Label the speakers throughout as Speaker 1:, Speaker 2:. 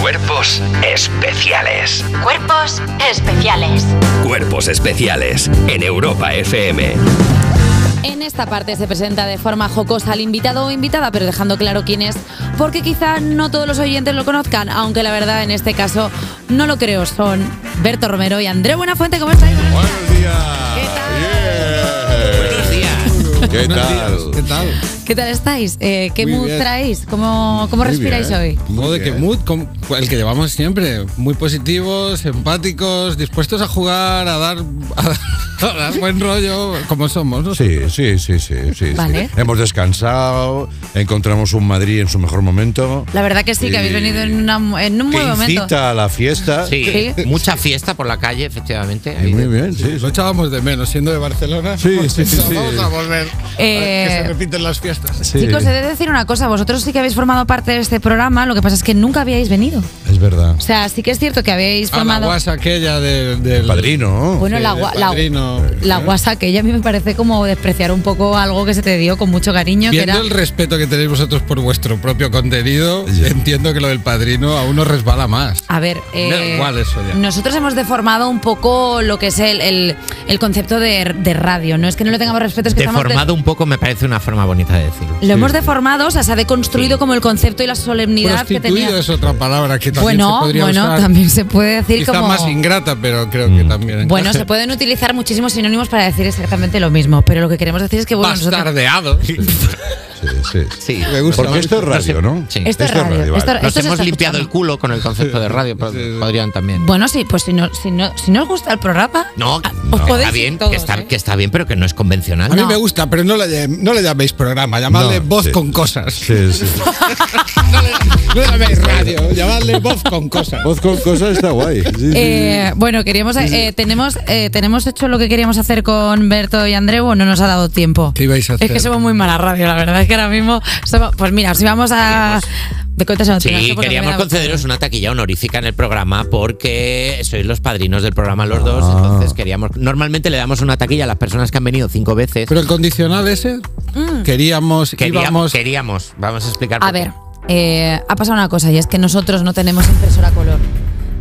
Speaker 1: Cuerpos especiales.
Speaker 2: Cuerpos especiales.
Speaker 1: Cuerpos especiales en Europa FM.
Speaker 3: En esta parte se presenta de forma jocosa al invitado o invitada, pero dejando claro quién es, porque quizá no todos los oyentes lo conozcan, aunque la verdad en este caso no lo creo. Son Berto Romero y André Buenafuente. ¿Cómo estáis?
Speaker 4: Buenos días. Yeah. ¿Qué tal?
Speaker 5: ¿Qué tal?
Speaker 3: ¿Qué tal estáis? Eh, ¿Qué
Speaker 5: Muy
Speaker 3: mood
Speaker 5: bien.
Speaker 3: traéis? ¿Cómo, cómo
Speaker 4: Muy
Speaker 3: respiráis
Speaker 4: bien.
Speaker 3: hoy?
Speaker 5: Modo de que
Speaker 4: bien.
Speaker 5: mood, com- el que llevamos siempre, muy positivos, empáticos, dispuestos a jugar, a dar, a dar, a dar buen rollo, como somos. ¿no?
Speaker 4: Sí, sí, sí, sí, sí, sí.
Speaker 3: Vale.
Speaker 4: Hemos descansado, encontramos un Madrid en su mejor momento.
Speaker 3: La verdad que sí, que habéis
Speaker 4: Y-
Speaker 3: venido en, una- en un
Speaker 4: que
Speaker 3: buen momento.
Speaker 4: incita a la fiesta.
Speaker 6: Sí,
Speaker 3: Sí.
Speaker 6: mucha fiesta por la calle, efectivamente.
Speaker 4: Eh, muy bien, sí.
Speaker 5: Lo
Speaker 4: sí.
Speaker 5: echábamos de menos, siendo de Barcelona.
Speaker 4: Sí,
Speaker 5: hemos
Speaker 4: sí, sí,
Speaker 5: pensado,
Speaker 4: sí.
Speaker 5: Vamos a volver. a
Speaker 3: Eh,
Speaker 5: ver, que se repiten las fiestas.
Speaker 4: Sí.
Speaker 3: Chicos, he de decir una cosa, vosotros sí que habéis formado parte de este programa, lo que pasa es que nunca habíais venido.
Speaker 4: Es verdad.
Speaker 3: O sea, sí que es cierto que habéis
Speaker 5: A la
Speaker 3: formado...
Speaker 5: guasa aquella de- del
Speaker 4: El padrino.
Speaker 3: Bueno,
Speaker 5: Sí,
Speaker 3: la,
Speaker 5: del
Speaker 3: gua- la-
Speaker 5: padrino. ¿eh?
Speaker 3: la guasa que ella a mí me parece como despreciar un poco algo que se te dio con mucho cariño, que
Speaker 5: Viendo
Speaker 3: era...
Speaker 5: el respeto que tenéis vosotros por vuestro propio contenido,
Speaker 4: Ya.
Speaker 5: entiendo que lo del padrino a uno resbala más.
Speaker 3: A ver, eh,
Speaker 5: da igual eso ya.
Speaker 3: nosotros hemos deformado un poco lo que es el, el- el concepto de, de radio. No es que no le tengamos respeto, es que estamos de-
Speaker 6: Deformado un poco me parece una forma bonita de decirlo.
Speaker 3: lo hemos deformado, o sea, se ha deconstruido como el concepto y la solemnidad que
Speaker 5: Prostituido
Speaker 3: tenía.
Speaker 5: es otra palabra que también se
Speaker 3: Bueno,
Speaker 5: podría
Speaker 3: bueno,
Speaker 5: usar.
Speaker 3: también se puede decir
Speaker 5: Quizá
Speaker 3: como.
Speaker 5: más ingrata, pero creo
Speaker 4: Mm.
Speaker 5: que también.
Speaker 3: bueno, se pueden utilizar muchísimos sinónimos para decir exactamente lo mismo, pero lo que queremos decir es que bueno, nosotros-
Speaker 5: Bastardeado.
Speaker 4: Sí, sí.
Speaker 6: Sí.
Speaker 5: Me gusta.
Speaker 4: Porque esto es radio, ¿no?
Speaker 6: Sí.
Speaker 3: Esto es
Speaker 4: Esto es
Speaker 3: radio.
Speaker 4: radio,
Speaker 3: esto-
Speaker 4: vale.
Speaker 6: Nos
Speaker 3: esto se
Speaker 6: hemos
Speaker 3: está
Speaker 6: limpiado el
Speaker 3: escuchando.
Speaker 6: culo con el concepto de radio, pero
Speaker 5: Sí, sí.
Speaker 6: podrían también.
Speaker 3: Bueno, sí, pues si no, si no, si no os gusta el programa,
Speaker 6: No,
Speaker 3: ah,
Speaker 6: no,
Speaker 3: os
Speaker 6: que
Speaker 3: podéis
Speaker 6: está
Speaker 3: ir
Speaker 6: bien,
Speaker 3: todos,
Speaker 6: que, está,
Speaker 3: ¿eh?
Speaker 6: que está bien, pero que no es
Speaker 5: A
Speaker 6: convencional.
Speaker 5: mí
Speaker 3: No.
Speaker 5: me gusta, pero no le, no le llaméis programa, llamadle
Speaker 4: No,
Speaker 5: voz
Speaker 4: sí.
Speaker 5: con cosas.
Speaker 4: Sí, sí, sí.
Speaker 5: No le, no le llaméis radio, llamadle voz con cosas.
Speaker 4: Voz con cosas está guay. Sí, sí, sí.
Speaker 3: Eh, bueno, queríamos eh, tenemos eh, tenemos hecho lo que queríamos hacer con Berto y Andreu, o no nos ha dado tiempo.
Speaker 5: ¿Qué ibais a hacer?
Speaker 3: Es que somos muy mala radio, la verdad es que ahora mismo somos- pues mira, si vamos a de cuentas a
Speaker 6: Sí, queríamos concederos una taquilla honorífica en el programa porque sois los padrinos del programa los dos,
Speaker 4: Ah.
Speaker 6: entonces queríamos... Normalmente le damos una taquilla a las personas que han venido cinco veces.
Speaker 5: Pero el condicional ese,
Speaker 3: Mm.
Speaker 5: queríamos,
Speaker 6: Quería-
Speaker 5: íbamos.
Speaker 6: queríamos, vamos a explicar.
Speaker 3: A
Speaker 6: por qué.
Speaker 3: ver, eh, ha pasado una cosa y es que nosotros no tenemos impresora a color.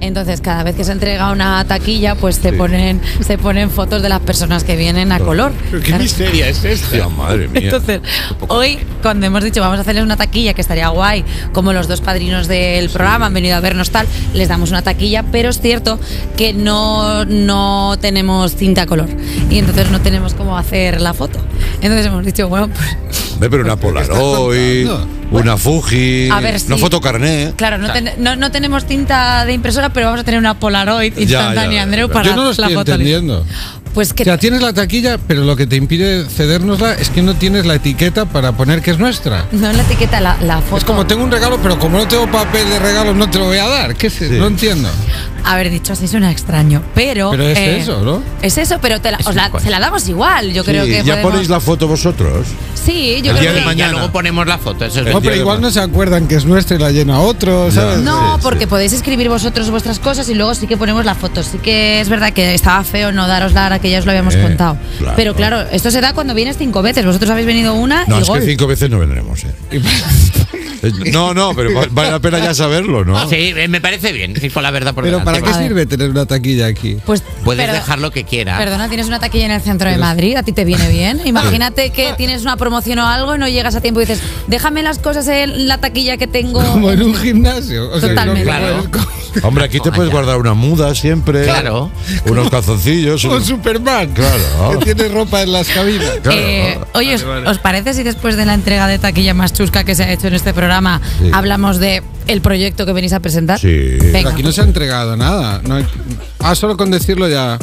Speaker 3: Entonces, cada vez que se entrega una taquilla, pues se
Speaker 4: Sí.
Speaker 3: ponen se ponen fotos de las personas que vienen a color. Claro.
Speaker 5: miseria es esta?
Speaker 4: Hostia, madre mía.
Speaker 3: Entonces, hoy, cuando hemos dicho vamos a hacerles una taquilla, que estaría guay, como los dos padrinos del programa han venido a vernos tal, les damos una taquilla, pero es cierto que no, no tenemos cinta color y entonces no tenemos cómo hacer la foto. Entonces hemos dicho, bueno, pues,
Speaker 4: Ve, pero una Polaroid,
Speaker 5: contando?
Speaker 4: una Fuji,
Speaker 3: A ver,
Speaker 4: una
Speaker 3: sí.
Speaker 4: fotocarné.
Speaker 3: claro, no, ten- no, no tenemos tinta de impresora, pero vamos a tener una Polaroid
Speaker 4: Ya,
Speaker 3: instantánea,
Speaker 4: ya,
Speaker 3: Andreu,
Speaker 4: ya.
Speaker 3: para
Speaker 5: Yo no lo
Speaker 3: la
Speaker 5: estoy
Speaker 3: foto.
Speaker 5: entendiendo.
Speaker 3: Pues que
Speaker 5: O sea, tienes la taquilla, pero lo que te impide cedérnosla es que no tienes la etiqueta para poner que es nuestra.
Speaker 3: no en la etiqueta, la, la foto.
Speaker 5: Es como tengo un regalo, pero como no tengo papel de regalo, no te lo voy a dar. ¿Qué es eso?
Speaker 4: Sí.
Speaker 5: No entiendo.
Speaker 3: Haber dicho así suena extraño, pero. eh,
Speaker 5: Pero es eso, ¿no?
Speaker 3: Es eso, pero te la-
Speaker 6: Es
Speaker 3: os la-
Speaker 6: una cosa.
Speaker 3: se la damos igual. Yo
Speaker 4: Sí,
Speaker 3: creo que.
Speaker 4: ya
Speaker 3: podemos-
Speaker 4: ponéis la foto vosotros.
Speaker 3: Sí, yo
Speaker 4: El
Speaker 3: creo
Speaker 4: día de
Speaker 3: que.
Speaker 4: mañana.
Speaker 6: Ya luego ponemos la foto, eso
Speaker 4: El
Speaker 5: No,
Speaker 6: es
Speaker 4: día
Speaker 6: verdad.
Speaker 5: pero
Speaker 4: de
Speaker 5: igual
Speaker 4: mañana.
Speaker 5: no se acuerdan que es nuestra y la llena otro,
Speaker 4: Ya.
Speaker 5: ¿sabes?
Speaker 3: No,
Speaker 4: Sí,
Speaker 3: porque
Speaker 4: sí.
Speaker 3: podéis escribir vosotros vuestras cosas y luego sí que ponemos la foto. Sí que es verdad que estaba feo no daros la hora que ya os lo habíamos
Speaker 4: Eh,
Speaker 3: contado.
Speaker 4: claro.
Speaker 3: Pero claro, esto se da cuando vienes cinco veces. Vosotros habéis venido una
Speaker 4: No,
Speaker 3: y
Speaker 4: es
Speaker 3: gol.
Speaker 4: que cinco veces no vendremos. ¿eh? Eh, No, no, pero va- vale la pena ya saberlo, ¿no?
Speaker 6: Sí, eh, me parece bien, decir con la verdad por
Speaker 5: Pero ¿para
Speaker 6: delante.
Speaker 5: qué
Speaker 3: A ver.
Speaker 5: sirve tener una taquilla aquí?
Speaker 3: Pues
Speaker 6: Puedes
Speaker 3: pero-
Speaker 6: dejar lo que quieras.
Speaker 3: Perdona, tienes una taquilla en el centro de Madrid, a ti te viene bien. Imagínate que tienes una promoción o algo y no llegas a tiempo y dices, déjame las cosas en la taquilla que tengo.
Speaker 5: Como en un gimnasio. O sea,
Speaker 3: Totalmente.
Speaker 5: no puedes
Speaker 6: Claro.
Speaker 4: Hombre, aquí te puedes guardar una muda siempre.
Speaker 6: Ah, Claro.
Speaker 4: Unos calzoncillos.
Speaker 5: Como
Speaker 4: unos-
Speaker 5: Superman.
Speaker 4: Claro.
Speaker 5: Que tiene ropa en las cabinas.
Speaker 4: Claro.
Speaker 3: Eh, oye, ¿os,
Speaker 5: vale.
Speaker 3: os parece si después de la entrega de taquilla más chusca que se ha hecho en este programa
Speaker 4: Sí.
Speaker 3: hablamos de el proyecto que venís a presentar?
Speaker 4: Sí.
Speaker 3: Venga.
Speaker 5: Pero aquí no se ha entregado nada. No hay- Ah, solo con decirlo ya.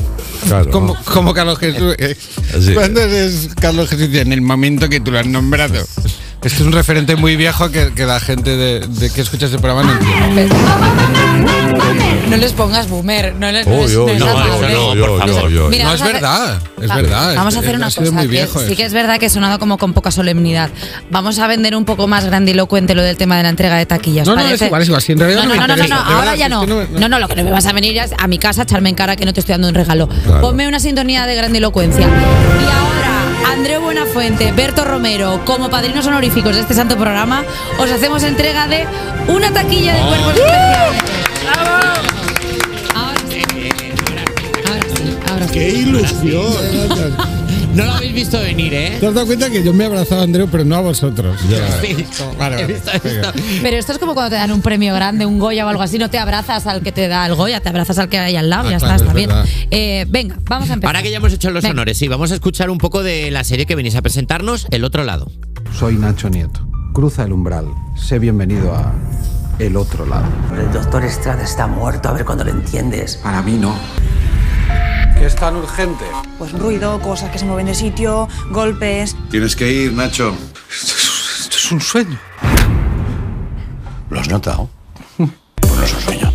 Speaker 4: Claro.
Speaker 5: Como, como Carlos Jesús.
Speaker 4: Así es.
Speaker 5: ¿Cuándo es Carlos Jesús? En el momento que tú lo has nombrado. Este es un referente muy viejo que, que la gente de, de que escucha este programa no entiende.
Speaker 3: No les pongas boomer, no les,
Speaker 4: Oh,
Speaker 6: Pues
Speaker 3: no les-
Speaker 4: yo,
Speaker 3: no les
Speaker 4: yo,
Speaker 3: hagas
Speaker 4: yo,
Speaker 3: boomer.
Speaker 4: yo, yo, yo, yo.
Speaker 3: Mira,
Speaker 5: no,
Speaker 3: vamos
Speaker 5: es
Speaker 3: a hacer-
Speaker 5: verdad. Es
Speaker 3: Va-
Speaker 5: verdad.
Speaker 3: Vamos a
Speaker 5: es-
Speaker 3: hacer una
Speaker 5: ha
Speaker 3: cosa.
Speaker 5: sido muy
Speaker 3: que
Speaker 5: viejo
Speaker 3: sí
Speaker 5: eso.
Speaker 3: que es verdad que he sonado como con poca solemnidad. Vamos a vender un poco más grandilocuente lo del tema de la entrega de taquillas.
Speaker 5: No, no, es igual, es igual. Si en realidad
Speaker 3: no,
Speaker 5: no me
Speaker 3: no, no, no, no,
Speaker 5: interesa, de
Speaker 3: ahora
Speaker 5: verdad,
Speaker 3: ya
Speaker 5: es
Speaker 3: no.
Speaker 5: que
Speaker 3: No,
Speaker 5: no-
Speaker 3: no, lo que no me vas a venir es a mi casa a echarme en cara que no te estoy dando un regalo.
Speaker 4: Claro.
Speaker 3: Ponme una sintonía de grandilocuencia. Y ahora, Andreu Buenafuente, Berto Romero, como padrinos
Speaker 5: ¡Oh!
Speaker 3: honoríficos de este santo programa, os hacemos entrega de una taquilla de cuerpos especiales.
Speaker 7: ¡Qué ilusión!
Speaker 6: No lo habéis visto venir, ¿eh?
Speaker 5: ¿Te has dado cuenta que yo me he abrazado a Andreu, pero no a vosotros?
Speaker 6: Sí.
Speaker 5: Vale,
Speaker 6: He
Speaker 5: vale,
Speaker 6: visto esto.
Speaker 5: venga.
Speaker 3: Pero esto es como cuando te dan un premio grande, un Goya o algo así, no te abrazas al que te da el Goya, te abrazas al que hay al lado,
Speaker 5: Ah,
Speaker 3: ya
Speaker 5: claro,
Speaker 3: está, está
Speaker 5: es
Speaker 3: bien.
Speaker 5: verdad.
Speaker 3: Eh, venga, vamos a empezar.
Speaker 6: Ahora que ya hemos hecho los
Speaker 3: Venga.
Speaker 6: honores, sí, vamos a escuchar un poco de la serie que venís a presentarnos, El Otro Lado.
Speaker 8: Soy Nacho Nieto. Cruza el umbral. Sé bienvenido a El Otro Lado.
Speaker 9: El doctor Estrada está muerto, a ver cuando lo entiendes.
Speaker 8: Para mí no. ¿Qué es tan urgente?
Speaker 10: Pues ruido, cosas que se mueven de sitio, golpes.
Speaker 7: Tienes que ir, Nacho. Esto es, esto es un sueño. ¿Lo has notado? Pues no es un sueño.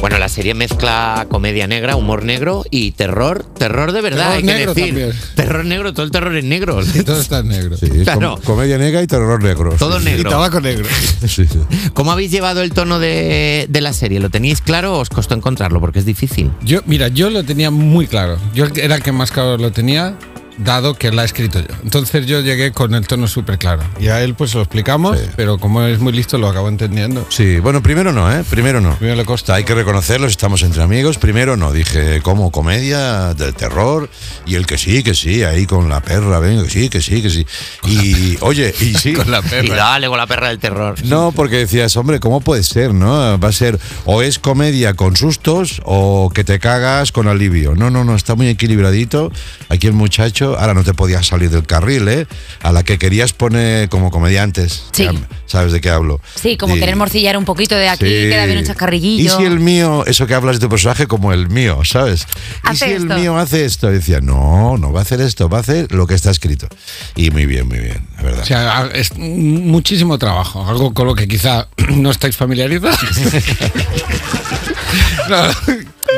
Speaker 6: Bueno, la serie mezcla comedia negra, humor negro y terror, terror de
Speaker 5: Terror
Speaker 6: verdad, hay que
Speaker 5: negro
Speaker 6: decir.
Speaker 5: también.
Speaker 6: Terror negro, todo el terror es negro.
Speaker 5: Todo está en negro.
Speaker 4: Sí, es com-
Speaker 6: Claro.
Speaker 4: comedia negra y terror negro.
Speaker 6: Todo
Speaker 4: Sí, sí.
Speaker 5: Y
Speaker 6: negro.
Speaker 5: tabaco negro.
Speaker 4: Sí, sí.
Speaker 6: ¿Cómo habéis llevado el tono de, de la serie? ¿Lo teníais claro o os costó encontrarlo? Porque es difícil.
Speaker 5: Yo, mira, yo lo tenía muy claro. Yo era el que más claro lo tenía, dado que la he escrito yo. Entonces yo llegué con el tono súper claro. Y a él pues lo explicamos,
Speaker 4: Sí.
Speaker 5: pero como es muy listo lo acabo entendiendo.
Speaker 4: Sí, bueno, primero no, ¿eh? Primero no.
Speaker 5: Primero le costó.
Speaker 4: Hay que reconocerlo, estamos entre amigos. Primero no, dije, como comedia de terror. Y el que sí, que sí, ahí con la perra, venga, que sí, que sí, que sí. Y oye, y sí.
Speaker 5: Con la
Speaker 6: Y
Speaker 5: perra.
Speaker 6: dale con la perra del terror.
Speaker 4: No, porque decías, hombre, ¿cómo puede ser, no? Va a ser o es comedia con sustos o que te cagas con alivio. No, no, no, está muy equilibradito. Aquí el muchacho, ahora no te podías salir del carril, ¿eh? A la que querías poner como comediantes.
Speaker 3: Sí.
Speaker 4: Ya ¿Sabes de qué hablo?
Speaker 3: Sí, como
Speaker 4: Y-
Speaker 3: querer morcillar un poquito de aquí,
Speaker 4: Sí.
Speaker 3: queda bien un chascarrillillo.
Speaker 4: Y si el mío, eso que hablas de tu personaje como el mío, ¿sabes? y
Speaker 3: Hace
Speaker 4: si
Speaker 3: esto.
Speaker 4: el mío hace esto, Y decía, no, no va a hacer esto, va a hacer lo que está escrito. Y muy bien, muy bien, la verdad.
Speaker 5: O sea, a- es muchísimo trabajo, algo con lo que quizá no estáis familiarizados. No,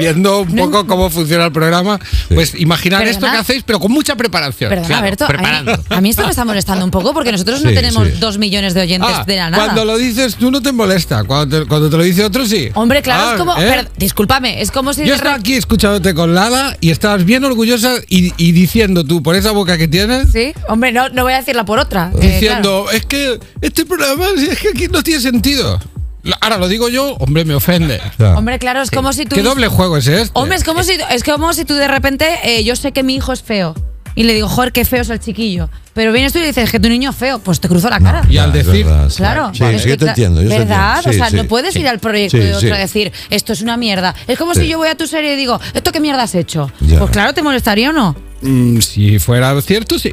Speaker 5: viendo un poco cómo funciona el programa, pues imaginar
Speaker 3: Perdona.
Speaker 5: esto que hacéis, pero con mucha preparación.
Speaker 3: Perdona,
Speaker 6: Claro,
Speaker 3: Alberto, a mí-
Speaker 6: preparando.
Speaker 3: A, mí, esto me está molestando un poco porque nosotros no
Speaker 4: Sí,
Speaker 3: tenemos
Speaker 4: sí.
Speaker 3: dos millones de oyentes
Speaker 5: Ah,
Speaker 3: de la nada.
Speaker 5: cuando lo dices tú no te molesta, cuando te, cuando te lo dice otro sí.
Speaker 3: Hombre, claro,
Speaker 5: Ah,
Speaker 3: es como.
Speaker 5: ¿eh?
Speaker 3: pero- discúlpame, es como si.
Speaker 5: Yo
Speaker 3: de
Speaker 5: estaba
Speaker 3: re-
Speaker 5: aquí escuchándote con Lala y estabas bien orgullosa y, y diciendo tú, por esa boca que tienes,
Speaker 3: Sí, hombre, no, no voy a decirla por otra. eh, claro.
Speaker 5: diciendo, es que este programa, si es que aquí no tiene sentido. Lo- Ahora lo digo yo, hombre, me ofende.
Speaker 4: Claro.
Speaker 3: Hombre, claro, es como si tú.
Speaker 5: ¿Qué doble juego es este?
Speaker 3: Hombre, es
Speaker 4: Eh,
Speaker 3: como si, es como si tú de repente. eh, yo sé que mi hijo es feo. Y le digo, joder, qué feo es el chiquillo. Pero vienes tú y dices que tu niño es feo. Pues te cruzo la cara.
Speaker 5: Y al
Speaker 4: es
Speaker 5: decir-
Speaker 4: verdad, sí.
Speaker 3: Claro,
Speaker 4: sí,
Speaker 3: es
Speaker 4: sí, yo
Speaker 3: que
Speaker 4: te
Speaker 3: cla-
Speaker 4: entiendo. yo te
Speaker 3: ¿Verdad?
Speaker 4: entiendo. Sí,
Speaker 3: o sea,
Speaker 4: sí.
Speaker 3: no puedes ir al proyecto
Speaker 4: Sí,
Speaker 3: de otro
Speaker 4: sí.
Speaker 3: a decir, esto es una mierda. Es como si
Speaker 4: Sí.
Speaker 3: yo voy a tu serie y digo, ¿esto qué mierda has hecho?
Speaker 4: Ya.
Speaker 3: Pues claro, ¿te molestaría o no?
Speaker 5: Mm, si fuera cierto, sí.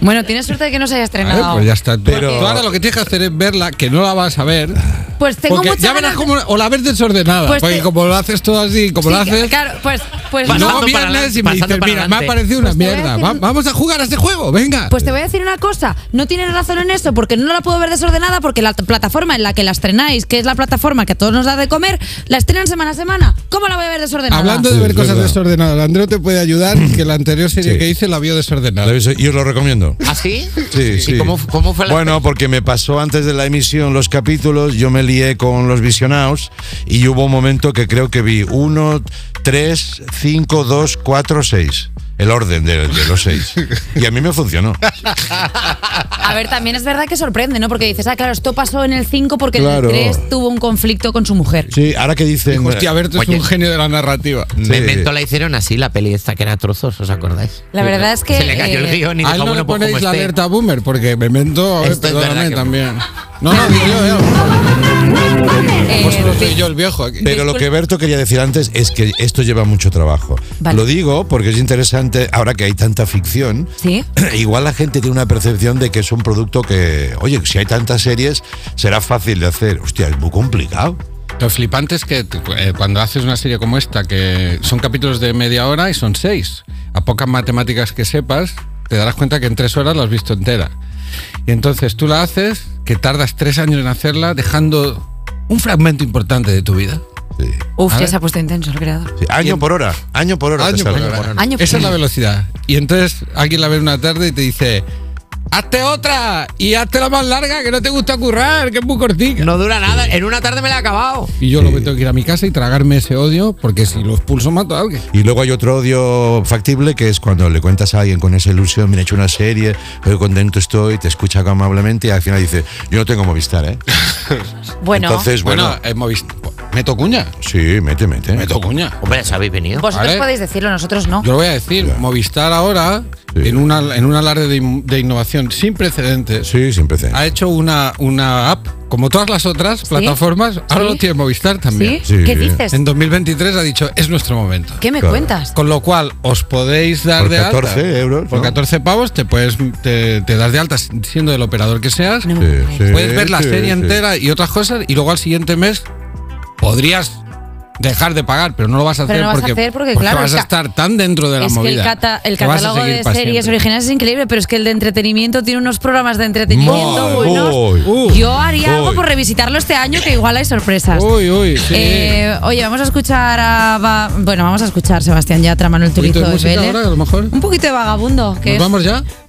Speaker 3: Bueno, tienes suerte de que no se haya
Speaker 5: Vale,
Speaker 3: estrenado.
Speaker 5: pues ya está. Pero
Speaker 4: Pero-
Speaker 5: ahora lo que tienes que hacer es verla, que no la vas a ver.
Speaker 3: Pues tengo
Speaker 5: porque
Speaker 3: muchas
Speaker 5: ya verás
Speaker 3: ganas
Speaker 5: como o la ves desordenada.
Speaker 3: Pues
Speaker 5: porque
Speaker 3: te-
Speaker 5: como lo haces todo así, como
Speaker 3: Sí,
Speaker 5: lo haces.
Speaker 3: Claro, pues, pues
Speaker 5: Y
Speaker 6: Pasando
Speaker 5: luego
Speaker 6: para
Speaker 5: vienes
Speaker 6: adelante,
Speaker 5: y me
Speaker 6: pasando
Speaker 5: dices,
Speaker 6: para
Speaker 5: mira, me ha
Speaker 6: adelante".
Speaker 5: parecido una
Speaker 3: Pues te voy a
Speaker 5: mierda.
Speaker 3: decir
Speaker 5: Va-
Speaker 3: un-
Speaker 5: vamos a jugar a este juego, venga.
Speaker 3: Pues te voy a decir una cosa, no tienen razón en eso, porque no la puedo ver desordenada, porque la t- plataforma en la que la estrenáis, que es la plataforma que a todos nos da de comer, la estrenan semana a semana. ¿Cómo la voy a ver desordenada?
Speaker 5: Hablando de
Speaker 4: Sí,
Speaker 5: ver
Speaker 4: es
Speaker 5: cosas
Speaker 4: verdad.
Speaker 5: desordenadas, Andreu te puede ayudar, que la anterior serie
Speaker 4: Sí.
Speaker 5: que hice la vio desordenada.
Speaker 4: Lo- Yo os lo recomiendo.
Speaker 6: ¿Así?
Speaker 4: Sí, sí.
Speaker 6: ¿Y Ah, cómo, cómo fue la
Speaker 4: Bueno, porque me pasó antes de la emisión los capítulos, yo me lié con los visionados y hubo un momento que creo que vi 1, 3, 5, 2, 4, 6. El orden de, de los seis. Y a mí me funcionó.
Speaker 3: A ver, también es verdad que sorprende, ¿no? Porque dices, ah, claro, esto pasó en el 5 porque
Speaker 4: Claro.
Speaker 3: en el 3 tuvo un conflicto con su mujer.
Speaker 4: Sí, ahora que dicen.
Speaker 5: Hostia, Berto es
Speaker 6: Oye.
Speaker 5: un genio de la narrativa.
Speaker 6: Me
Speaker 4: Sí.
Speaker 5: eh,
Speaker 6: invento la hicieron así, la peli esta que era a trozos, ¿os acordáis?
Speaker 3: La verdad es que,
Speaker 6: Se le cayó el
Speaker 3: eh,
Speaker 6: guión y
Speaker 5: A él
Speaker 6: dijo,
Speaker 5: no le
Speaker 6: bueno, pues
Speaker 5: ponéis
Speaker 6: como
Speaker 5: la
Speaker 6: esté.
Speaker 5: alerta boomer, porque me invento, a ver,
Speaker 6: Esto es
Speaker 5: perdóname
Speaker 6: verdad que-
Speaker 5: también. No, no, ni yo, yo.
Speaker 3: Eh,
Speaker 5: Vosotros soy yo el viejo aquí.
Speaker 4: Pero lo
Speaker 3: Disculpa.
Speaker 4: que Berto quería decir antes es que esto lleva mucho trabajo.
Speaker 3: Vale.
Speaker 4: Lo digo porque es interesante, ahora que hay tanta ficción,
Speaker 3: Sí.
Speaker 4: igual la gente tiene una percepción de que es un producto que, oye, si hay tantas series, será fácil de hacer. Hostia, es muy complicado.
Speaker 5: Lo flipante es que tú, eh, cuando haces una serie como esta, que son capítulos de media hora y son seis, a pocas matemáticas que sepas, te darás cuenta que en tres horas la has visto entera. Y entonces tú la haces, que tardas tres años en hacerla, dejando un fragmento importante de tu vida.
Speaker 4: Sí.
Speaker 3: Uf,
Speaker 5: A
Speaker 3: ya
Speaker 5: ver.
Speaker 3: se ha puesto intenso el creador.
Speaker 4: Sí, Año por hora, año por hora. te
Speaker 5: Año por
Speaker 4: sale.
Speaker 5: hora.
Speaker 3: Año por
Speaker 5: Esa es la
Speaker 3: hora.
Speaker 5: velocidad. Y entonces alguien la ve una tarde y te dice, hazte otra y hazte la más larga, que no te gusta currar, que es muy cortica.
Speaker 6: No dura nada, en una tarde me la he acabado.
Speaker 5: Y yo lo tengo que ir a mi casa y tragarme ese odio, porque si lo expulso mato a alguien.
Speaker 4: Y luego hay otro odio factible que es cuando le cuentas a alguien con esa ilusión, mira, he hecho una serie, qué contento estoy, te escucha amablemente y al final dice, yo no tengo Movistar, ¿eh?
Speaker 3: Bueno,
Speaker 4: Entonces, bueno,
Speaker 5: Bueno, hemos visto. Meto cuña.
Speaker 4: Sí, mete, mete.
Speaker 5: Meto cuña.
Speaker 6: Hombre, ya habéis venido.
Speaker 3: Vosotros
Speaker 5: Vale.
Speaker 3: podéis decirlo, nosotros no.
Speaker 5: Yo lo voy a decir, Movistar ahora,
Speaker 4: Sí.
Speaker 5: en, una, en un alarde de, in- de innovación sin precedentes,
Speaker 4: Sí, sin precedentes.
Speaker 5: ha hecho una, una app, como todas las otras plataformas, ahora
Speaker 3: Sí.
Speaker 5: lo tiene Movistar
Speaker 3: ¿Sí?
Speaker 5: también.
Speaker 4: Sí.
Speaker 3: ¿Qué dices?
Speaker 5: En 2023 ha dicho, es nuestro momento.
Speaker 3: ¿Qué me
Speaker 4: Claro.
Speaker 3: cuentas?
Speaker 5: Con lo cual, os podéis dar
Speaker 4: Por
Speaker 5: de alta.
Speaker 4: 14 euros,
Speaker 5: Por
Speaker 4: ¿no?
Speaker 5: 14 pavos te, puedes, te, te das de alta siendo el operador que seas.
Speaker 3: No.
Speaker 4: Sí, sí,
Speaker 5: Puedes ver la
Speaker 4: sí,
Speaker 5: serie
Speaker 4: sí.
Speaker 5: entera y otras cosas y luego al siguiente mes podrías dejar de pagar, pero no lo vas a hacer,
Speaker 3: Pero no vas a
Speaker 5: porque,
Speaker 3: hacer porque, claro,
Speaker 5: vas
Speaker 3: el
Speaker 5: a
Speaker 3: ca-
Speaker 5: estar tan dentro de la
Speaker 3: es que
Speaker 5: movida.
Speaker 3: el, cata- el
Speaker 5: que vas a
Speaker 3: catálogo de
Speaker 5: seguir
Speaker 3: series
Speaker 5: pa' siempre.
Speaker 3: originales es increíble, pero es que el de entretenimiento tiene unos programas de entretenimiento
Speaker 4: Madre,
Speaker 3: buenos.
Speaker 4: uy, uy,
Speaker 3: Yo haría algo
Speaker 4: uy.
Speaker 3: por revisitarlo este año, que igual hay sorpresas.
Speaker 5: Uy, uy, sí.
Speaker 3: Eh, oye, vamos a escuchar a. Va- bueno, vamos a escuchar Sebastián Yatra, Manuel
Speaker 5: Un poquito
Speaker 3: Turizo
Speaker 5: de
Speaker 3: y
Speaker 5: música
Speaker 3: Vélez.
Speaker 5: ahora, a lo mejor.
Speaker 3: Un poquito de vagabundo. Que
Speaker 5: ¿Nos
Speaker 3: es-
Speaker 5: vamos Pues, ya?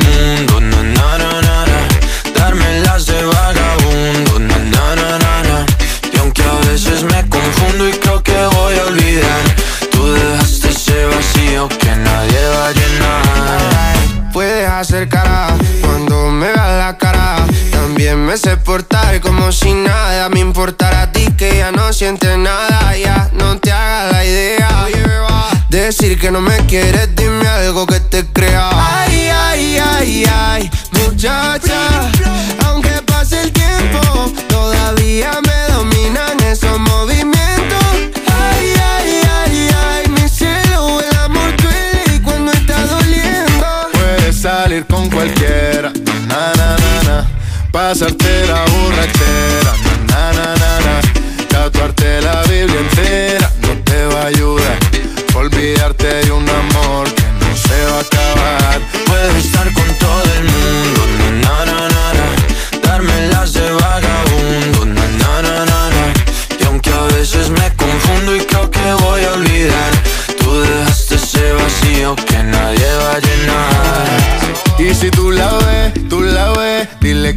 Speaker 11: mundo, na, na, na, na, na. darme las de vagabundo, na, na, na, na, na. y aunque a veces me confundo y creo que voy a olvidar, tú dejaste ese vacío que nadie va a llenar.
Speaker 12: Puedes hacer cara cuando me veas la cara. También me sé portar como si nada me importara a ti que ya no sientes nada. Ya no te hagas la idea. Decir que no me quieres, dime algo que te crea. Ay, ay, ay, ay, muchacha. Aunque pase el tiempo, todavía me dominan esos movimientos. Ay, ay, ay, ay, mi cielo, el amor duele y cuando está doliendo.
Speaker 7: Puedes salir con cualquiera, na, na, na, na. pasarte la borrachera, na, na, na, na, na. tatuarte la Biblia entera no te va a ayudar. Olvidarte de un amor que no se va a acabar.
Speaker 11: Puedo estar con todo el mundo, na, na, na, na, na. darme las de vagabundo, na, na, na, na, na. y aunque a veces me confundo y creo que voy a olvidar, tú dejaste ese vacío que nadie va a llenar.
Speaker 7: Y si tú la ves, tú la ves, dile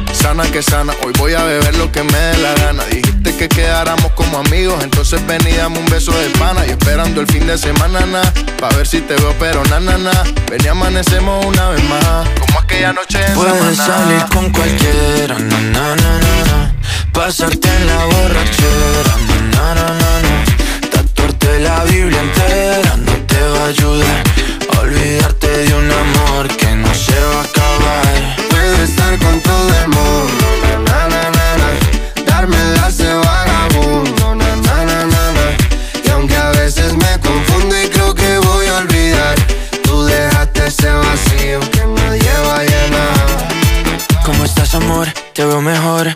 Speaker 7: sana que sana, hoy voy a beber lo que me dé la gana. Dijiste que quedáramos como amigos, entonces veníamos un beso de pana y esperando el fin de semana, na, pa' ver si te veo, pero na, na, na. Ven y amanecemos una vez más, como aquella noche en
Speaker 11: Puedes
Speaker 7: Samaná.
Speaker 11: salir con cualquiera, na, na, na, na, na. pasarte en la borrachera, na, na, na, na, na. tatuarte la Biblia entera no te va a ayudar a olvidarte de un amor que no se va a acabar.
Speaker 12: Puedo estar con todo el mundo, na, na, na, na. darme las de vagabundo, na, na, na, na, na. y aunque a veces me confundo y creo que voy a olvidar, tú dejaste ese vacío que me lleva a llenar.
Speaker 11: ¿Cómo estás, amor? Te veo mejor,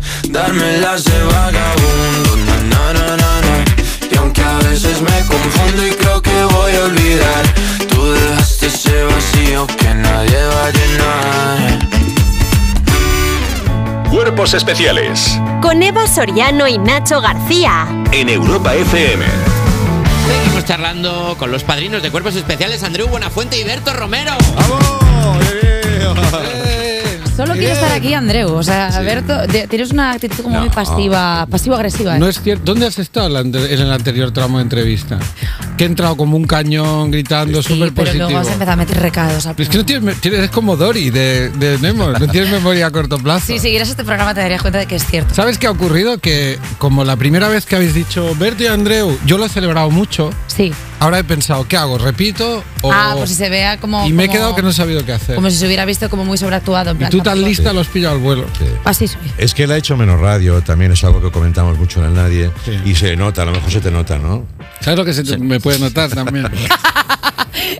Speaker 11: Darme las de vagabundo, na na na na, na. Y aunque a veces me confundo y creo que voy a olvidar, tú dejaste ese vacío que nadie va a llenar.
Speaker 13: Cuerpos especiales
Speaker 2: Con Eva Soriano y Nacho García.
Speaker 13: en Europa FM.
Speaker 6: Seguimos charlando con los padrinos de cuerpos especiales Andreu Buenafuente y Berto Romero.
Speaker 4: ¡Vamos! ¡Bien, bien!
Speaker 3: Solo quiero estar aquí, Andreu. O sea, Alberto, te- tienes una actitud como muy pasiva, pasivo-agresiva. ¿eh?
Speaker 5: No es cierto. ¿Dónde has estado en la ante- en el anterior tramo de entrevista? Que he entrado como un cañón gritando
Speaker 3: Sí,
Speaker 5: súper
Speaker 3: pero
Speaker 5: positivo.
Speaker 3: luego has empezado a meter recados. al
Speaker 5: Es que no tienes, me- tienes- eres como Dory de, de Nemo, no tienes memoria a corto plazo.
Speaker 3: Si siguieras este programa te darías cuenta de que es cierto.
Speaker 5: ¿Sabes qué ha ocurrido? Que como la primera vez que habéis dicho Berto y Andreu, yo lo he celebrado mucho.
Speaker 3: Sí.
Speaker 5: Ahora he pensado, ¿qué hago? ¿Repito? O...
Speaker 3: Ah, pues si se vea como.
Speaker 5: Y me he
Speaker 3: como-
Speaker 5: quedado que no he sabido qué hacer.
Speaker 3: Como si se hubiera visto como muy sobreactuado. En
Speaker 5: Y
Speaker 3: plan,
Speaker 5: tú tan
Speaker 3: tampoco-
Speaker 5: lista los pillo al vuelo.
Speaker 3: Así soy.
Speaker 4: Es que él ha hecho menos radio, también es algo que comentamos mucho en el Nadie. Y se nota, a lo mejor se te nota, ¿no?
Speaker 5: ¿Sabes lo que se te- me puede notar también?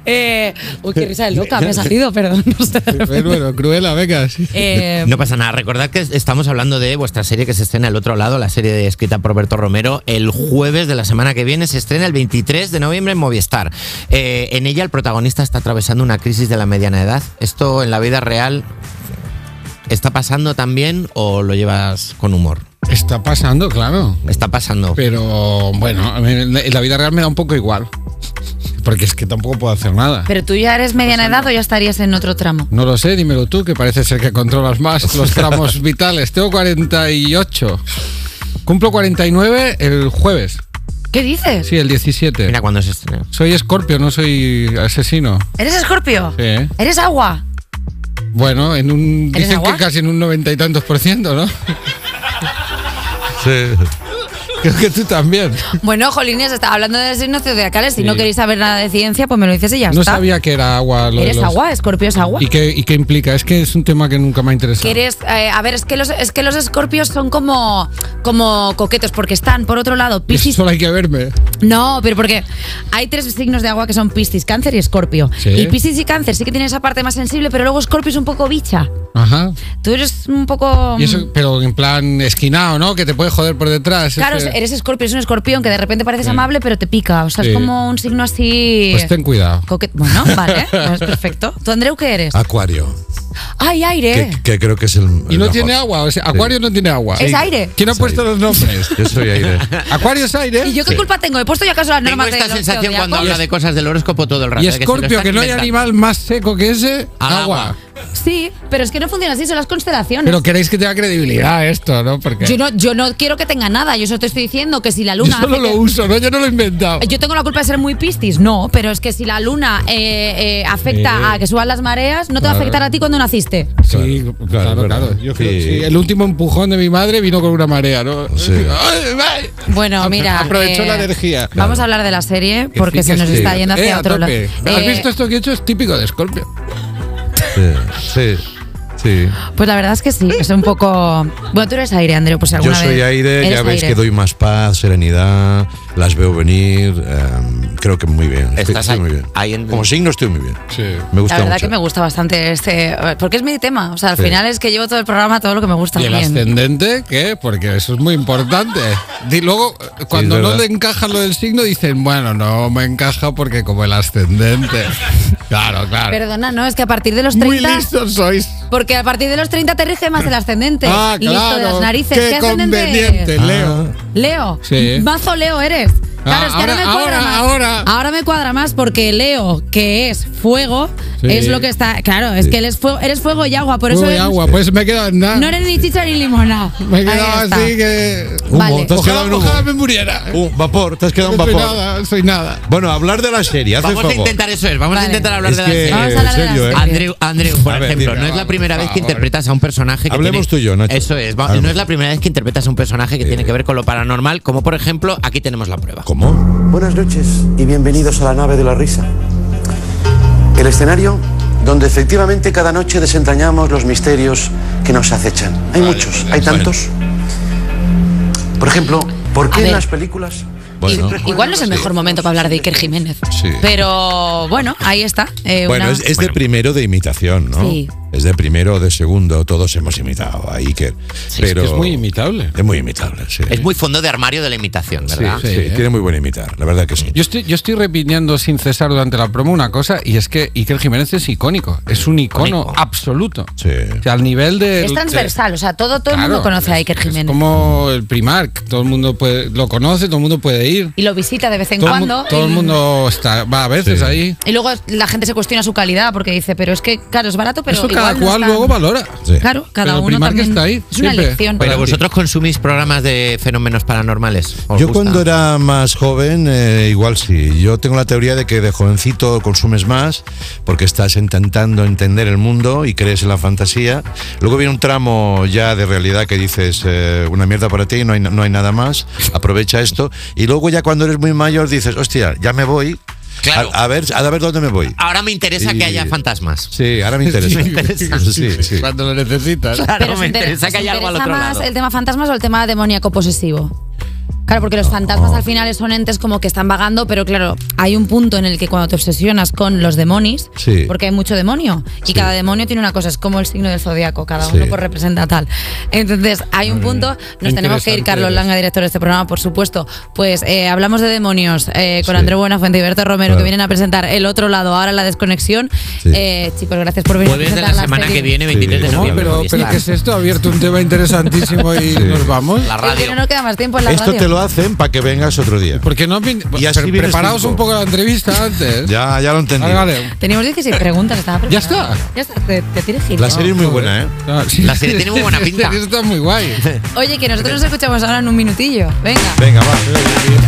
Speaker 3: Eh, uy, qué risa de loca me ha salido, perdón. No sé.
Speaker 5: Pero bueno, Cruella, venga. sí.
Speaker 3: Eh,
Speaker 6: No pasa nada. Recordad que estamos hablando de vuestra serie que se estrena al otro lado, la serie de- escrita por Berto Romero. El jueves de la semana que viene se estrena el 23 de noviembre en Movistar. Eh, en ella el protagonista está atravesando una crisis de la mediana edad. ¿Esto en la vida real está pasando también o lo llevas con humor?
Speaker 5: Está pasando, claro.
Speaker 6: Está pasando.
Speaker 5: Pero bueno, a mí en la en la vida real me da un poco igual. Porque es que tampoco puedo hacer nada.
Speaker 3: Pero tú ya eres mediana edad o ya estarías en otro tramo.
Speaker 5: No lo sé, dímelo tú, que parece ser que controlas más los tramos vitales. Tengo 48. Cumplo 49 el jueves.
Speaker 3: ¿Qué dices?
Speaker 5: Sí, el 17. Mira
Speaker 6: cuándo se estrena.
Speaker 5: Soy escorpio, no soy asesino.
Speaker 3: ¿Eres escorpio?
Speaker 5: Sí, ¿eh?
Speaker 3: ¿Eres agua?
Speaker 5: Bueno, en un,
Speaker 3: ¿Eres
Speaker 5: dicen
Speaker 3: agua?
Speaker 5: que casi en un noventa y tantos por ciento, ¿no? Sí. Creo que tú también.
Speaker 3: Bueno, Jolines, estaba hablando de signos zodiacales. Si
Speaker 5: Sí.
Speaker 3: no queréis saber nada de ciencia, pues me lo dices y ya
Speaker 5: no
Speaker 3: está.
Speaker 5: sabía que era agua. lo de
Speaker 3: ¿Eres
Speaker 5: los-
Speaker 3: agua? ¿Escorpio es agua?
Speaker 5: ¿Y qué, ¿Y qué implica? Es que es un tema que nunca me ha interesado.
Speaker 3: Que eres, eh, a ver, es que los es que los escorpios son como, como coquetos, porque están, por otro lado, Piscis.
Speaker 5: Solo hay que verme.
Speaker 3: No, pero porque hay tres signos de agua que son Piscis, Cáncer y Escorpio.
Speaker 5: Sí.
Speaker 3: Y Piscis y Cáncer sí que tienen esa parte más sensible, pero luego Escorpio es un poco bicha.
Speaker 5: Ajá.
Speaker 3: Tú eres un poco. mm,
Speaker 5: Y eso, pero en plan esquinado, ¿no? Que te puede joder por detrás.
Speaker 3: Claro,
Speaker 5: Ese-
Speaker 3: eres escorpio, es un escorpión que de repente pareces
Speaker 5: Sí.
Speaker 3: amable, pero te pica. O sea,
Speaker 5: Sí.
Speaker 3: es como un signo así.
Speaker 5: Pues ten cuidado.
Speaker 3: coquet- Bueno, vale, pues perfecto. ¿Tú, Andreu, qué eres?
Speaker 5: Ah.
Speaker 4: Acuario,
Speaker 3: ¡Ay, aire!
Speaker 4: que, que creo que es el.
Speaker 5: Y no tiene agua, o sea, Acuario no tiene agua.
Speaker 3: Es aire.
Speaker 5: ¿Quién ha puesto los nombres?
Speaker 4: Yo soy aire.
Speaker 5: Acuario es aire.
Speaker 3: ¿Y yo qué culpa tengo? ¿He puesto yo acaso las
Speaker 6: Tengo
Speaker 3: normas de
Speaker 6: esta
Speaker 3: los
Speaker 6: sensación cuando
Speaker 3: zodiacos?
Speaker 6: habla de cosas del horóscopo todo el rato.
Speaker 5: Y
Speaker 6: de que se lo
Speaker 5: Escorpio,
Speaker 6: están
Speaker 5: que no hay
Speaker 6: inventando.
Speaker 5: animal más seco que ese,
Speaker 6: Al
Speaker 5: agua.
Speaker 6: agua.
Speaker 3: Ah, Sí, pero es que no funciona así, son las constelaciones.
Speaker 5: Pero queréis que tenga credibilidad esto, ¿no? Porque
Speaker 3: yo, no, yo no quiero que tenga nada, yo solo te estoy diciendo que si la
Speaker 5: yo
Speaker 3: luna.
Speaker 5: solo
Speaker 3: hace
Speaker 5: lo
Speaker 3: que-
Speaker 5: uso, ¿no? Yo no lo he inventado.
Speaker 3: Yo tengo la culpa de ser muy pistis, no, pero es que si la luna eh, eh, afecta
Speaker 5: Sí.
Speaker 3: a que suban las mareas, no te va a
Speaker 5: Claro.
Speaker 3: afectar a ti cuando naciste.
Speaker 5: Sí, claro, claro. Yo creo que sí. El último empujón de mi madre vino con una marea, ¿no? Ay, ay.
Speaker 3: Bueno, mira.
Speaker 5: Aprovechó
Speaker 3: eh,
Speaker 5: la energía.
Speaker 3: Vamos a hablar de la serie porque
Speaker 5: sí,
Speaker 3: se
Speaker 5: que
Speaker 3: nos
Speaker 5: sí.
Speaker 3: está yendo hacia
Speaker 5: Eh, a
Speaker 3: otro lado.
Speaker 5: tope. ¿Has
Speaker 3: Eh,
Speaker 5: visto esto que he hecho? Es típico de Scorpio.
Speaker 4: Sí, sí.
Speaker 3: Pues la verdad es que sí, es un poco. Bueno, tú eres aire, Andreu, pues
Speaker 4: Yo
Speaker 3: alguna
Speaker 4: soy
Speaker 3: vez
Speaker 4: aire,
Speaker 3: eres
Speaker 4: ya veis
Speaker 3: aire.
Speaker 4: que doy más paz, serenidad, las veo venir, em, creo que muy bien. Estoy,
Speaker 6: Estás
Speaker 4: estoy
Speaker 6: ahí-
Speaker 4: muy bien.
Speaker 6: ahí en-
Speaker 4: Como signo estoy muy bien.
Speaker 5: Sí.
Speaker 4: Me gusta
Speaker 3: La verdad
Speaker 4: mucho.
Speaker 3: que me gusta bastante este. Porque es mi tema. O sea, al
Speaker 4: Sí.
Speaker 3: final es que llevo todo el programa, todo lo que me gusta.
Speaker 5: Y el
Speaker 3: bien.
Speaker 5: ascendente, ¿qué? Porque eso es muy importante. Y luego, cuando
Speaker 4: es
Speaker 5: no
Speaker 4: verdad.
Speaker 5: le encaja lo del signo, dicen, bueno, no me encaja porque como el ascendente. Claro, claro.
Speaker 3: Perdona, no, es que a partir de los
Speaker 5: Muy
Speaker 3: 30.
Speaker 5: listos sois.
Speaker 3: Porque a partir de los 30 te rige más el ascendente.
Speaker 5: Ah,
Speaker 3: Listo
Speaker 5: claro.
Speaker 3: de las narices.
Speaker 5: Qué
Speaker 3: ¿Qué ascendente
Speaker 5: conveniente,
Speaker 4: Ah.
Speaker 3: eres?
Speaker 5: Leo.
Speaker 3: Leo.
Speaker 5: Sí.
Speaker 3: Mazo Leo eres. Claro,
Speaker 5: Ah,
Speaker 3: es que ahora,
Speaker 5: ahora-
Speaker 3: me cuadra
Speaker 5: ahora,
Speaker 3: más.
Speaker 5: ahora.
Speaker 3: me cuadra más porque Leo, que es fuego,
Speaker 5: Sí.
Speaker 3: es lo que está. Claro, es que él es fuego, eres fuego y agua. Por eso
Speaker 5: Uy,
Speaker 3: eres-
Speaker 5: agua, pues me he quedado en nada.
Speaker 3: no eres ni chicha ni limonada.
Speaker 5: me he quedado
Speaker 3: Ahí está.
Speaker 5: así que.
Speaker 4: Humo,
Speaker 3: Vale.
Speaker 4: te has
Speaker 5: Ojalá,
Speaker 4: quedado en humo.
Speaker 5: ojalá me muriera.
Speaker 4: Un Uh, vapor, te has quedado
Speaker 5: No
Speaker 4: un
Speaker 5: soy
Speaker 4: vapor.
Speaker 5: nada, soy nada.
Speaker 4: Bueno, hablar de la serie, hace
Speaker 6: Vamos a
Speaker 4: favor.
Speaker 6: intentar eso, es. Vamos
Speaker 3: Vale.
Speaker 6: a intentar hablar
Speaker 4: Es
Speaker 6: de la
Speaker 4: que,
Speaker 6: serie.
Speaker 3: Vamos a
Speaker 4: en
Speaker 3: hablar de la
Speaker 4: serio, ¿eh?
Speaker 3: serie.
Speaker 6: Andrew, Andrew, por
Speaker 4: A ver,
Speaker 6: ejemplo,
Speaker 4: dime,
Speaker 6: no es la
Speaker 5: va,
Speaker 6: primera
Speaker 5: por
Speaker 6: vez que
Speaker 5: favor.
Speaker 6: interpretas a un personaje que
Speaker 4: Hablemos
Speaker 6: tiene-
Speaker 4: tú y yo, Nacho. Eh.
Speaker 6: Eso es, va-
Speaker 4: Hablemos.
Speaker 6: no es la primera vez que interpretas a un personaje que tiene que ver con lo paranormal, como por ejemplo, aquí tenemos la prueba.
Speaker 4: ¿Cómo?
Speaker 14: Buenas noches y bienvenidos a la nave de la risa. El escenario donde efectivamente cada noche desentrañamos los misterios que nos acechan. Hay muchos, hay tantos. Por ejemplo, ¿por
Speaker 3: A
Speaker 14: qué en
Speaker 3: ver.
Speaker 14: las películas?
Speaker 4: Bueno.
Speaker 14: siempre
Speaker 3: Igual no es el
Speaker 14: juegan
Speaker 3: mejor momento para hablar de Iker Jiménez.
Speaker 4: Sí.
Speaker 3: Pero bueno, ahí está. eh,
Speaker 4: Bueno,
Speaker 3: una-
Speaker 4: es, es de primero de imitación, ¿no?
Speaker 3: Sí.
Speaker 4: Es de primero o de segundo, todos hemos imitado a Iker. pero
Speaker 5: Es que es muy imitable.
Speaker 4: Es muy imitable, sí.
Speaker 6: Es muy fondo de armario de la imitación,
Speaker 4: Sí,
Speaker 6: ¿verdad?
Speaker 4: sí,
Speaker 5: Sí, ¿eh?
Speaker 4: tiene muy buen imitar, la verdad que sí.
Speaker 5: Yo estoy, yo estoy repitiendo sin cesar durante la promo una cosa, y es que Iker Jiménez es icónico. Es un icono
Speaker 6: Icónico.
Speaker 5: absoluto.
Speaker 4: Sí.
Speaker 5: O sea, al nivel de.
Speaker 3: es transversal, o sea, todo, todo el
Speaker 5: Claro,
Speaker 3: mundo conoce a
Speaker 5: es-
Speaker 3: Iker
Speaker 5: es
Speaker 3: Jiménez.
Speaker 5: como el Primark, todo el mundo puede, lo conoce, todo el mundo puede ir.
Speaker 3: Y lo visita de vez en
Speaker 5: Todo, el mu-
Speaker 3: cuando.
Speaker 5: todo el
Speaker 3: y-
Speaker 5: mundo está, va a veces
Speaker 4: Sí.
Speaker 5: ahí.
Speaker 3: Y luego la gente se cuestiona su calidad porque dice, pero es que, claro, es barato, pero
Speaker 5: Es su
Speaker 3: igual
Speaker 5: cada
Speaker 3: no
Speaker 5: cual
Speaker 3: está-
Speaker 5: luego valora.
Speaker 3: Claro, cada
Speaker 5: Pero
Speaker 3: uno
Speaker 5: Primark
Speaker 3: también.
Speaker 5: está ahí,
Speaker 3: es una
Speaker 5: siempre.
Speaker 3: elección.
Speaker 6: Pero vosotros consumís programas de fenómenos paranormales. ¿Os
Speaker 4: Yo
Speaker 6: gusta?
Speaker 4: cuando era más joven, eh, igual sí. Yo tengo la teoría de que de jovencito consumes más porque estás intentando entender el mundo y crees en la fantasía. Luego viene un tramo ya de realidad que dices, eh, una mierda para ti, no hay, no hay nada más, aprovecha esto. Y luego ya cuando eres muy mayor dices, hostia, ya me voy. A, a ver, a ver dónde me voy.
Speaker 6: Ahora me interesa
Speaker 4: Y-
Speaker 6: que haya fantasmas.
Speaker 4: Sí, ahora me interesa.
Speaker 6: Ah. Me interesa.
Speaker 4: Sí, sí.
Speaker 5: Cuando lo necesitas.
Speaker 6: Claro, me
Speaker 3: inter-
Speaker 6: interesa que
Speaker 3: os
Speaker 6: haya algo al
Speaker 3: interesa
Speaker 6: otro
Speaker 3: más
Speaker 6: lado.
Speaker 3: el tema fantasmas o el tema demoníaco posesivo? Claro, porque los
Speaker 6: Oh.
Speaker 3: fantasmas al final son entes como que están vagando, pero claro, hay un punto en el que cuando te obsesionas con los demonios,
Speaker 4: Sí.
Speaker 3: porque hay mucho demonio, y cada demonio tiene una cosa, es como el signo del zodiaco, cada
Speaker 4: Sí.
Speaker 3: uno pues representa tal. Entonces, hay un
Speaker 6: Mm,
Speaker 3: punto, nos tenemos que ir,
Speaker 15: interesante
Speaker 3: Carlos
Speaker 15: eres.
Speaker 3: Langa, director de este programa, por supuesto. Pues eh, hablamos de demonios eh, con
Speaker 15: Sí.
Speaker 3: André Buenafuente y Berto Romero,
Speaker 6: Claro.
Speaker 3: que vienen a presentar el otro lado, ahora la desconexión. Eh, chicos, gracias por venir. a
Speaker 6: Jueves de la
Speaker 3: presentar
Speaker 6: semana
Speaker 3: serie.
Speaker 6: que viene, 23 de
Speaker 5: ¿Cómo?
Speaker 6: noviembre.
Speaker 5: Pero, pero ¿qué es esto? Ha abierto un tema interesantísimo y nos vamos. La
Speaker 3: Es que no nos queda más tiempo en la
Speaker 4: Esto
Speaker 3: radio.
Speaker 4: te lo hacen para que vengas otro día.
Speaker 5: Porque no vin-
Speaker 4: Y así
Speaker 5: pre-
Speaker 4: vienes
Speaker 5: preparaos
Speaker 4: cinco.
Speaker 5: un poco la entrevista antes.
Speaker 4: Ya, ya lo entendí.
Speaker 5: Vale, vale.
Speaker 3: Teníamos 16 preguntas, estaba
Speaker 5: Ya
Speaker 3: preparada.
Speaker 5: está.
Speaker 3: Ya está, te, te tienes que ir.
Speaker 4: La serie es muy buena, ¿eh?
Speaker 6: La serie tiene muy buena pinta.
Speaker 5: Está muy guay.
Speaker 3: Oye, que nosotros nos escuchamos ahora en un minutillo. Venga.
Speaker 4: Venga, va.